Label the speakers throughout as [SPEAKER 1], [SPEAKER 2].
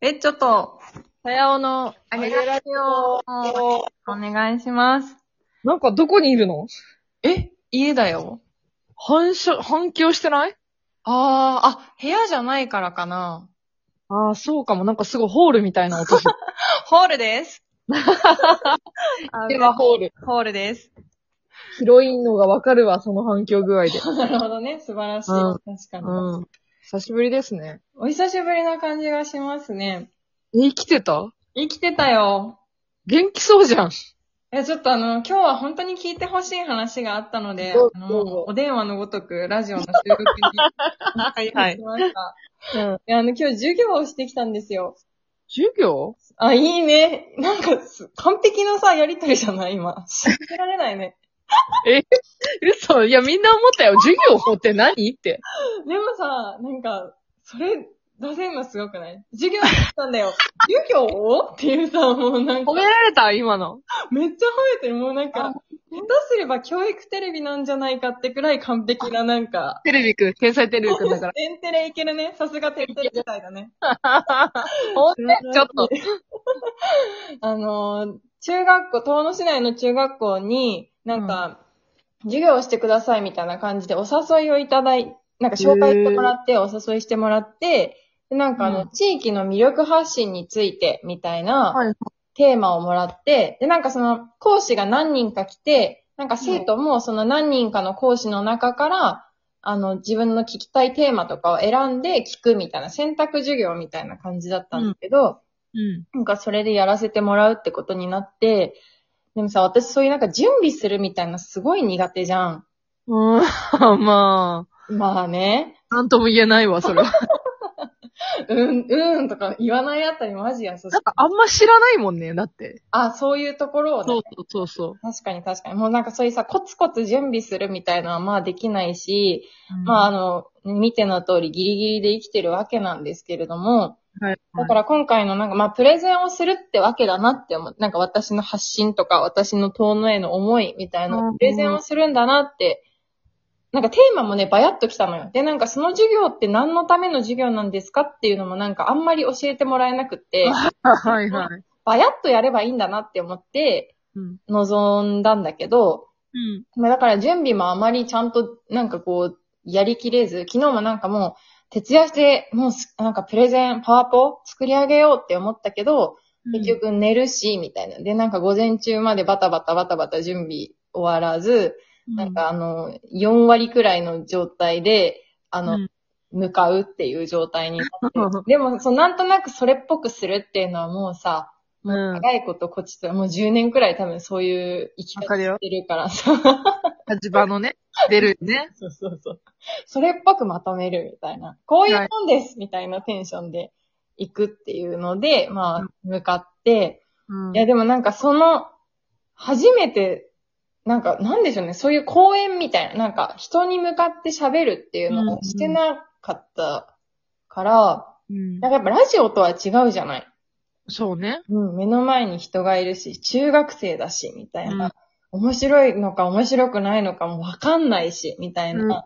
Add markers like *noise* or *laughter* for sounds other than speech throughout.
[SPEAKER 1] え、ちょっと、
[SPEAKER 2] さやおの、
[SPEAKER 1] あげラジオ、お願いします。
[SPEAKER 2] なんかどこにいるの
[SPEAKER 1] え、家だよ。
[SPEAKER 2] 反射、反響してない
[SPEAKER 1] ああ、あ、部屋じゃないからかな。
[SPEAKER 2] ああ、そうかも。なんかすごいホールみたいな音。 *laughs*
[SPEAKER 1] ホール *laughs* です。
[SPEAKER 2] ではホール。
[SPEAKER 1] ホールです。
[SPEAKER 2] 広いのがわかるわ、その反響具合で。
[SPEAKER 1] なるほどね。素晴らしい。
[SPEAKER 2] うん
[SPEAKER 1] 確かに。
[SPEAKER 2] *laughs* うん。久しぶりですね。
[SPEAKER 1] お久しぶりな感じがしますね。
[SPEAKER 2] え、生きてた
[SPEAKER 1] 生きてたよ。
[SPEAKER 2] 元気そうじゃん。
[SPEAKER 1] え、ちょっとあの、今日は本当に聞いてほしい話があったので
[SPEAKER 2] どう、
[SPEAKER 1] あ
[SPEAKER 2] どうぞ
[SPEAKER 1] の、お電話のごとく、ラジオの収録 *laughs* に参加しました。
[SPEAKER 2] うん。
[SPEAKER 1] いや、あの、今日授業をしてきたんですよ。
[SPEAKER 2] 授業
[SPEAKER 1] あ、いいね。なんかす、完璧なさ、やりとりじゃない今。信じられないね。
[SPEAKER 2] 嘘いや、みんな思ったよ。授業って何って。
[SPEAKER 1] でもさ、なんか、それ、出せんのすごくない授業したんだよ。授業をっていうさ、もうなんか
[SPEAKER 2] 褒、められた今の。
[SPEAKER 1] めっちゃ褒めてる。もうなん
[SPEAKER 2] あ
[SPEAKER 1] か、下手すれば教育テレビなんじゃないかってくらい完璧ななんか、
[SPEAKER 2] テレビくん、天才テレビくんだから。
[SPEAKER 1] テンテレいけるね。さすがテンテレ時代だね。
[SPEAKER 2] *laughs* ほんとちょっと。
[SPEAKER 1] あのー、中学校、遠野市内の中学校に、なんか、授業をしてくださいみたいな感じでお誘いをいただい、なんか紹介してもらって、お誘いしてもらって、でなんかあの、
[SPEAKER 2] うん
[SPEAKER 1] 地域の魅力発信についてみたいな
[SPEAKER 2] はい。
[SPEAKER 1] テーマをもらって、で、なんかその講師が何人か来て、なんか生徒もその何人かの講師の中から、あの、自分の聞きたいテーマとかを選んで聞くみたいな選択授業みたいな感じだったんだけど、
[SPEAKER 2] うん。
[SPEAKER 1] なんかそれでやらせてもらうってことになって、でもさ、私そういうなんか準備するみたいなすごい苦手じゃん。
[SPEAKER 2] うーん、まあ、
[SPEAKER 1] まあね、
[SPEAKER 2] なんとも言えないわ、それは。
[SPEAKER 1] うん、うんとか言わないあたりマジ優しい
[SPEAKER 2] なん。かあんま知らないもんね、だって。
[SPEAKER 1] あ、そういうところを
[SPEAKER 2] そ
[SPEAKER 1] ね
[SPEAKER 2] う。そうそうそう。
[SPEAKER 1] 確かに確かに。もうなんかそういうさ、コツコツ準備するみたいのはまあできないし、まああの、見ての通りギリギリで生きてるわけなんですけれども、
[SPEAKER 2] あ、はい。
[SPEAKER 1] だから今回のなんかまあプレゼンをするってわけだなって思う。なんか私の発信とか私の遠野への思いみたいな
[SPEAKER 2] うん
[SPEAKER 1] プレゼンをするんだなって、なんかテーマもね、ばやっときたのよ。で、なんかその授業って何のための授業なんですかっていうのもなんかあんまり教えてもらえなくって、
[SPEAKER 2] はいはい。
[SPEAKER 1] ばやっとやればいいんだなって思って
[SPEAKER 2] うん。
[SPEAKER 1] 臨んだんだけど、
[SPEAKER 2] うん。
[SPEAKER 1] まあだから準備もあまりちゃんと、なんかこう、やりきれず、昨日もなんかもう、徹夜して、もうす、なんかプレゼン、パワポ作り上げようって思ったけど、結局寝るし、みたいな。で、なんか午前中までバタバタバタバタ準備終わらず、
[SPEAKER 2] うん、
[SPEAKER 1] なんかあの、4割くらいの状態で、あ
[SPEAKER 2] う
[SPEAKER 1] の、
[SPEAKER 2] ん、
[SPEAKER 1] 向かうっていう状態
[SPEAKER 2] *laughs*
[SPEAKER 1] になって。でも、そう、なんとなくそれっぽくするっていうのはもうさ、もう長いことこっちと、もう10年くらい多分そういう生き
[SPEAKER 2] わ
[SPEAKER 1] 方
[SPEAKER 2] かるよ
[SPEAKER 1] し。てるからさ。
[SPEAKER 2] 立場のね、出るね。
[SPEAKER 1] そうそうそう。それっぽくまとめるみたいな。こういうもんですみたいなテンションで行くっていうので、ま
[SPEAKER 2] う
[SPEAKER 1] あ
[SPEAKER 2] ん、
[SPEAKER 1] 向かって。
[SPEAKER 2] うん
[SPEAKER 1] いや、でもなんかその、初めて、なんか、なんでしょうね。そういう講演みたいな、なんか、人に向かって喋るっていうのをしてなかったから、
[SPEAKER 2] うん
[SPEAKER 1] なんかやっぱラジオとは違うじゃない。
[SPEAKER 2] そうね。
[SPEAKER 1] うん、目の前に人がいるし、中学生だし、みたいな。
[SPEAKER 2] うん
[SPEAKER 1] 面白いのか面白くないのかもわかんないし、みたいな。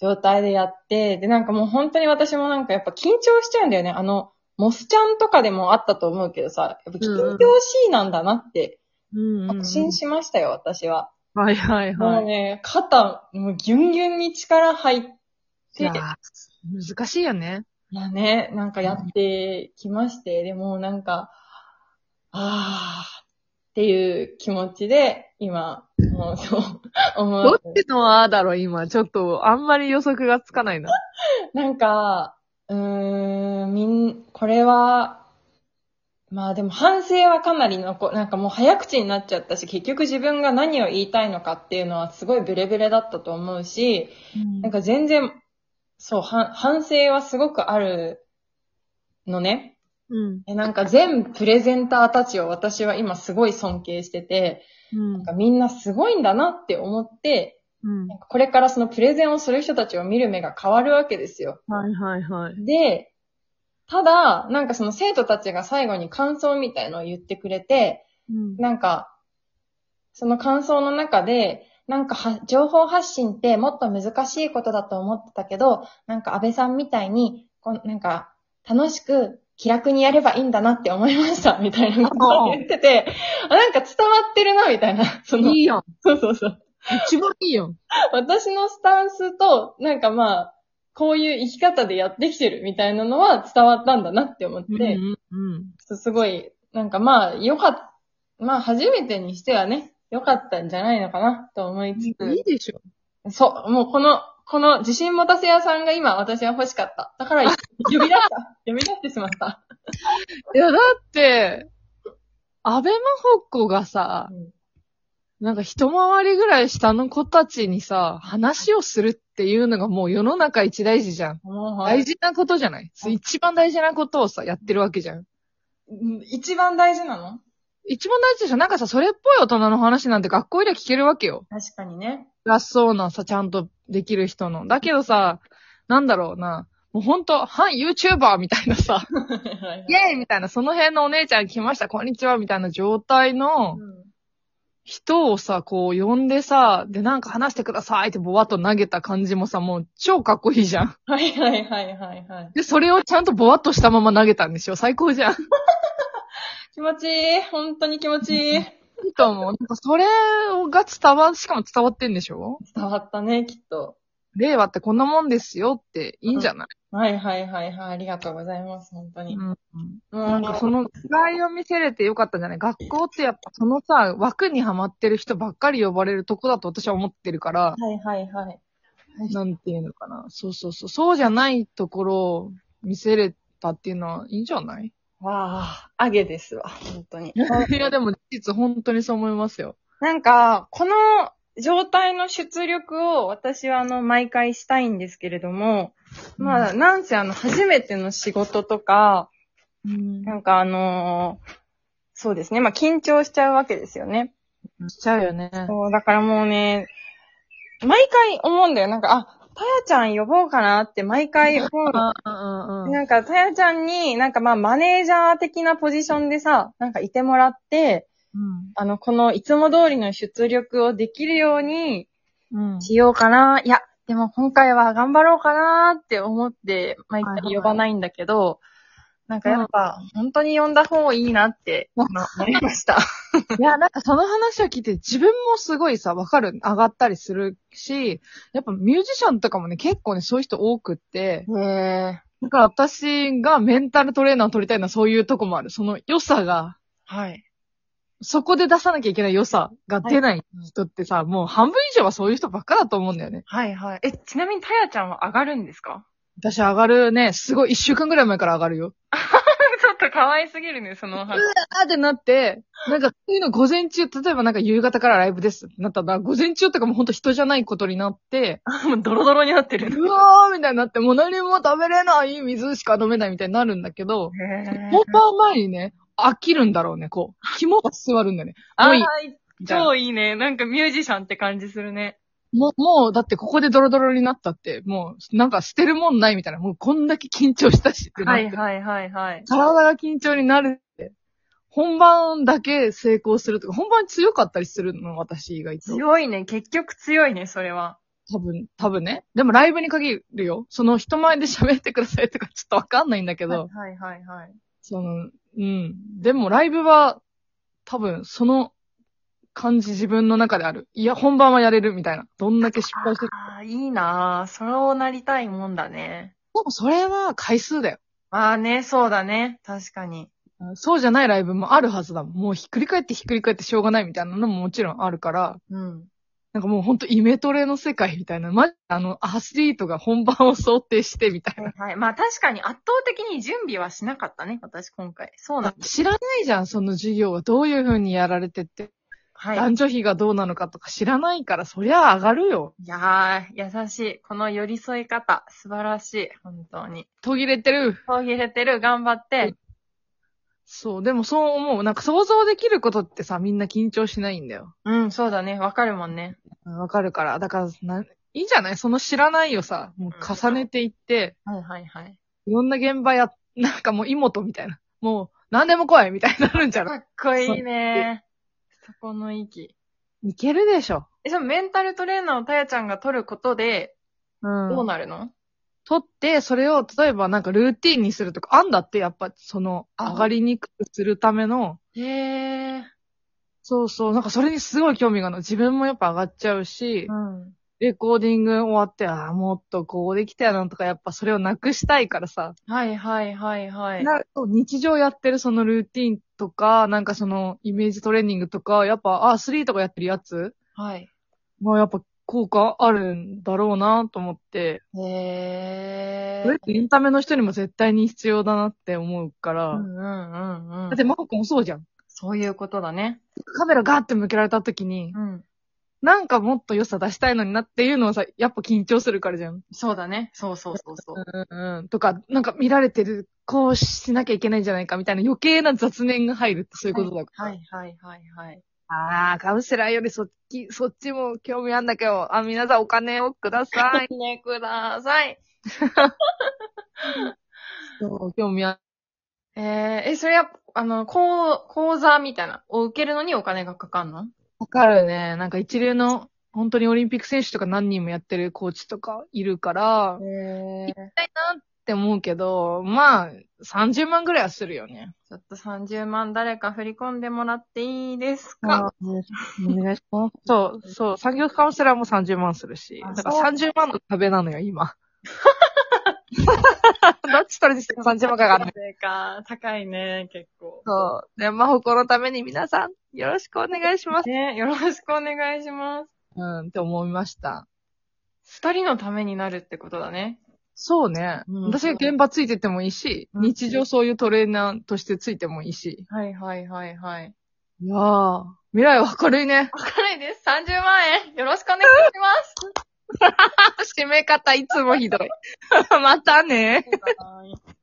[SPEAKER 1] 状態でやって、で、なんかもう本当に私もなんかやっぱ緊張しちゃうんだよね。あの、モスちゃんとかでもあったと思うけどさ、やっぱ緊張しいなんだなって、
[SPEAKER 2] うん。うん
[SPEAKER 1] 確信しましたよ、私は。
[SPEAKER 2] はいはい
[SPEAKER 1] も
[SPEAKER 2] は
[SPEAKER 1] う
[SPEAKER 2] い。
[SPEAKER 1] ね、肩、もうギュンギュンに力入って、
[SPEAKER 2] いやー難しいよね。
[SPEAKER 1] いやね、なんかやってきまして、でもなんか、あーっていう気持ちで、今、もうそう、思
[SPEAKER 2] どっ
[SPEAKER 1] う。
[SPEAKER 2] ちのああだろう、今。ちょっと、あんまり予測がつかないな。
[SPEAKER 1] なんか、うーん、みん、これは、まあでも反省はかなり残、なんかもう早口になっちゃったし、結局自分が何を言いたいのかっていうのはすごいブレブレだったと思うし、なんか全然、そう、は反省はすごくあるのね。
[SPEAKER 2] うん。
[SPEAKER 1] えなんか全プレゼンターたちを私は今すごい尊敬してて、
[SPEAKER 2] うん
[SPEAKER 1] なんかみんなすごいんだなって思って、
[SPEAKER 2] うん。
[SPEAKER 1] なんかこれからそのプレゼンをする人たちを見る目が変わるわけですよ。
[SPEAKER 2] はいはいはい。
[SPEAKER 1] で、ただ、なんかその生徒たちが最後に感想みたいのを言ってくれて、
[SPEAKER 2] うん
[SPEAKER 1] なんか、その感想の中で、なんかは、情報発信ってもっと難しいことだと思ってたけど、なんか安倍さんみたいに、こうなんか、楽しく気楽にやればいいんだなって思いました、みたいなことを言ってて、あなんか伝わってるな、みたいな。その、
[SPEAKER 2] いいやん。
[SPEAKER 1] そうそうそう。
[SPEAKER 2] 一番いいやん。
[SPEAKER 1] 私のスタンスと、なんかまあ、こういう生き方でやってきてるみたいなのは伝わったんだなって思って、
[SPEAKER 2] うんうん。
[SPEAKER 1] ちょっとすごい、なんかまあ、よかった、まあ初めてにしてはね、よかったんじゃないのかなと思いつ
[SPEAKER 2] いいでしょ。
[SPEAKER 1] つ、そう、もうこの、この自信持たせ屋さんが今私は欲しかった。だから、呼び出した。 *laughs* 呼び出してしまった。
[SPEAKER 2] いや、だって、安倍真帆子がさ、なんか一回りぐらい下の子たちにさ、話をするっていうのがもう世の中一大事じゃん。
[SPEAKER 1] もう、
[SPEAKER 2] 大事なことじゃない一番大事なことをさ、やってるわけじゃん。
[SPEAKER 1] うん一番大事なの
[SPEAKER 2] 一番大事でしょなんかさ、それっぽい大人の話なんて学校以来聞けるわけよ。
[SPEAKER 1] 確かに
[SPEAKER 2] *laughs*
[SPEAKER 1] ね。
[SPEAKER 2] らしそうなさ、ちゃんとできる人の。だけどさ、なんだろうな。もうほんと、反 YouTuber みたいなさ、イェーイみたいな、その辺のお姉ちゃん来ました、こんにちはみたいな状態の
[SPEAKER 1] うん
[SPEAKER 2] 人をさ、こう呼んでさ、でなんか話してくださいってぼわっと投げた感じもさ、もう超かっこいいじゃん。
[SPEAKER 1] はいはいはいはいはい。
[SPEAKER 2] で、それをちゃんとぼわっとしたまま投げたんでしょ最高じゃん。い
[SPEAKER 1] 気持ちいい。本当に気持ちいい。
[SPEAKER 2] *laughs* いと思う。なんかそれが伝わ、しかも伝わってんでしょ
[SPEAKER 1] 伝わったね、きっと。
[SPEAKER 2] 令和ってこんなもんですよっていいんじゃない、
[SPEAKER 1] はいはいはいはい。ありがとうございます、本当に。
[SPEAKER 2] うん、
[SPEAKER 1] うん
[SPEAKER 2] なんかその違いを見せれてよかったんじゃない学校ってやっぱそのさ、枠にはまってる人ばっかり呼ばれるとこだと私は思ってるから、
[SPEAKER 1] はいはいはい。
[SPEAKER 2] なんていうのかな。そうそうそう。そうじゃないところを見せれたっていうのはいいんじゃない
[SPEAKER 1] わあ、あげですわ、本当に。
[SPEAKER 2] *laughs* いやでも事実本当にそう思いますよ。
[SPEAKER 1] なんか、この状態の出力を私はあの、毎回したいんですけれども、まあ、なんせあの、初めての仕事とか、
[SPEAKER 2] うん。
[SPEAKER 1] なんかあのーそうですね。まあ、緊張しちゃうわけですよね。
[SPEAKER 2] しちゃうよね。
[SPEAKER 1] そう、だからもうね、毎回思うんだよ。なんか、あ、たやちゃん呼ぼうかなって毎回思うの。
[SPEAKER 2] うんうんうん。
[SPEAKER 1] なんか、たやちゃんに、なんかまあ、マネージャー的なポジションでさ、なんかいてもらって、あの、このいつも通りの出力をできるように
[SPEAKER 2] うん。
[SPEAKER 1] しようかな。いや、でも今回は頑張ろうかなって思って、毎回呼ばないんだけど、なんかやっぱ、本当に呼んだ方がいいなって、
[SPEAKER 2] うん
[SPEAKER 1] まあ思いました。
[SPEAKER 2] いや、なんかその話を聞いて自分もすごいさ、わかる、上がったりするし、やっぱミュージシャンとかもね、結構ね、そういう人多くって、
[SPEAKER 1] へ
[SPEAKER 2] だから私がメンタルトレーナーを取りたいのはそういうとこもある。その良さが、
[SPEAKER 1] はい。
[SPEAKER 2] そこで出さなきゃいけない良さが出ない人ってさ、もう半分以上はそういう人ばっかだと思うんだよね。
[SPEAKER 1] はいはい。え、ちなみにたやちゃんは上がるんですか
[SPEAKER 2] 私上がるね、すごい一週間ぐらい前から上がるよ。
[SPEAKER 1] *laughs* ちょっと可愛すぎるね、その *laughs* 話。
[SPEAKER 2] あーってなって、なんか、そういうの午前中、例えばなんか夕方からライブですってなったら、午前中とかもうほんと人じゃないことになって、
[SPEAKER 1] もうドロドロになってる。
[SPEAKER 2] うわーみたいになって、もう何も食べれない水しか飲めないみたいになるんだけど、本番前にね、飽きるんだろうね、こう。肝が座るんだよね。
[SPEAKER 1] あ
[SPEAKER 2] もう
[SPEAKER 1] ー
[SPEAKER 2] いい。じゃあ
[SPEAKER 1] 超いいね。なんかミュージシャンって感じするね。
[SPEAKER 2] もう、もう、だってここでドロドロになったって、もう、なんか捨てるもんないみたいな、もうこんだけ緊張したしってなっ
[SPEAKER 1] は
[SPEAKER 2] て、
[SPEAKER 1] いはいはいはい。
[SPEAKER 2] 体が緊張になるって。本番だけ成功するとか、本番強かったりするの、私がいと。
[SPEAKER 1] 強いね。結局強いね、それは。
[SPEAKER 2] 多分、多分ね。でもライブに限るよ。その人前で喋ってくださいとかちょっとわかんないんだけど、
[SPEAKER 1] はいはいはい。
[SPEAKER 2] その、うん。でもライブは、多分、その感じ自分の中である。いや、本番はやれるみたいな。どんだけ失敗してる。
[SPEAKER 1] ああ、いいなあそうなりたいもんだね。
[SPEAKER 2] でもそれは回数だよ。
[SPEAKER 1] まあね、そうだね。確かに。
[SPEAKER 2] そうじゃないライブもあるはずだもん。もうひっくり返ってひっくり返ってしょうがないみたいなのももちろんあるから、
[SPEAKER 1] うん。
[SPEAKER 2] なんかもうほんとイメトレの世界みたいな。まじ、あの、アスリートが本番を想定してみたい
[SPEAKER 1] は
[SPEAKER 2] な。
[SPEAKER 1] い *laughs* はい。まあ確かに圧倒的に準備はしなかったね、私今回。そうなんです。
[SPEAKER 2] 知らないじゃん、その授業がどういう風にやられてって、
[SPEAKER 1] はい。
[SPEAKER 2] 男女比がどうなのかとか知らないから、そりゃ上がるよ。
[SPEAKER 1] いやー、優しい。この寄り添い方、素晴らしい。本当に。
[SPEAKER 2] 途切れてる。
[SPEAKER 1] 途切れてる、頑張って。
[SPEAKER 2] そう、でもそう思う。なんか想像できることってさ、みんな緊張しないんだよ。
[SPEAKER 1] うん、そうだね。わかるもんね。
[SPEAKER 2] うんわかるから。だから、なんいいんじゃないその知らないをさ、もう重ねていって、
[SPEAKER 1] はいはいはい。
[SPEAKER 2] いろんな現場や、なんかもう妹みたいな。もう、何でも来いみたいになるんじゃ
[SPEAKER 1] か
[SPEAKER 2] ない
[SPEAKER 1] っこいいね。そこの息。
[SPEAKER 2] いけるでしょ。
[SPEAKER 1] え、そのメンタルトレーナーをたやちゃんが取ることで、
[SPEAKER 2] うん。
[SPEAKER 1] どうなるの、
[SPEAKER 2] 取って、それを、例えばなんかルーティンにするとか、あんだって、やっぱ、その、
[SPEAKER 1] あ
[SPEAKER 2] 上がりにくくするための、
[SPEAKER 1] へえ。
[SPEAKER 2] そうそう、なんかそれにすごい興味があるの。自分もやっぱ上がっちゃうし
[SPEAKER 1] う、ん。
[SPEAKER 2] レコーディング終わって、ああ、もっとこうできたよなとか、やっぱそれをなくしたいからさ、
[SPEAKER 1] はいはいはいはい。
[SPEAKER 2] なそう日常やってるそのルーティンとか、なんかそのイメージトレーニングとか、やっぱアスリートがやってるやつ、
[SPEAKER 1] はい。
[SPEAKER 2] まあやっぱ効果あるんだろうなと思って、
[SPEAKER 1] へえ。
[SPEAKER 2] それってエンタメの人にも絶対に必要だなって思うから、
[SPEAKER 1] うんうんうんう
[SPEAKER 2] だっ
[SPEAKER 1] ん。
[SPEAKER 2] てマホ君もそうじゃん。
[SPEAKER 1] そういうことだね。
[SPEAKER 2] カメラガーって向けられた時に、
[SPEAKER 1] うん。
[SPEAKER 2] なんかもっと良さ出したいのになっていうのはさ、やっぱ緊張するからじゃん。
[SPEAKER 1] そうだね。そうそうそうそう。
[SPEAKER 2] うんうん。とか、なんか見られてる、こうしなきゃいけないんじゃないかみたいな余計な雑念が入るってそういうことだから。
[SPEAKER 1] はいはいはいはい。
[SPEAKER 2] ああ、カウンセラーよりそっち、そっちも興味あんだけど、あ、皆さんお金をください。
[SPEAKER 1] いねください。
[SPEAKER 2] そう興味あ
[SPEAKER 1] えー、え、それは、あの、講、講座みたいな、を受けるのにお金がかかんの
[SPEAKER 2] わかるね。なんか一流の、本当にオリンピック選手とか何人もやってるコーチとかいるから、
[SPEAKER 1] え
[SPEAKER 2] 行きたいなって思うけど、まあ、30万ぐらいはするよね。
[SPEAKER 1] ちょっと30万誰か振り込んでもらっていいですか
[SPEAKER 2] あお
[SPEAKER 1] *laughs*
[SPEAKER 2] 願いします。そう、そう、産業カウンセラーも30万するし、
[SPEAKER 1] あ
[SPEAKER 2] だから
[SPEAKER 1] そう
[SPEAKER 2] 30万の壁なのよ、今。
[SPEAKER 1] *laughs*
[SPEAKER 2] どっち取るにしても30万かかる。
[SPEAKER 1] か、高いね、結構。
[SPEAKER 2] そう。で、まほこのために皆さん、よろしくお願いします。
[SPEAKER 1] ね、よろしくお願いします。
[SPEAKER 2] うん、って思いました。
[SPEAKER 1] 二人のためになるってことだ *laughs* ね。
[SPEAKER 2] そうね。
[SPEAKER 1] うん
[SPEAKER 2] 私が現場ついててもいいし、
[SPEAKER 1] うん
[SPEAKER 2] 日常そういうトレーナーとしてついてもいいし。
[SPEAKER 1] はいはいはいはい。
[SPEAKER 2] いやー、未来は明る
[SPEAKER 1] *laughs*
[SPEAKER 2] いね。
[SPEAKER 1] わかんないです。30万円、よろしくお願いします。
[SPEAKER 2] *laughs* 締め方いつもひどい。またね
[SPEAKER 1] バイバイ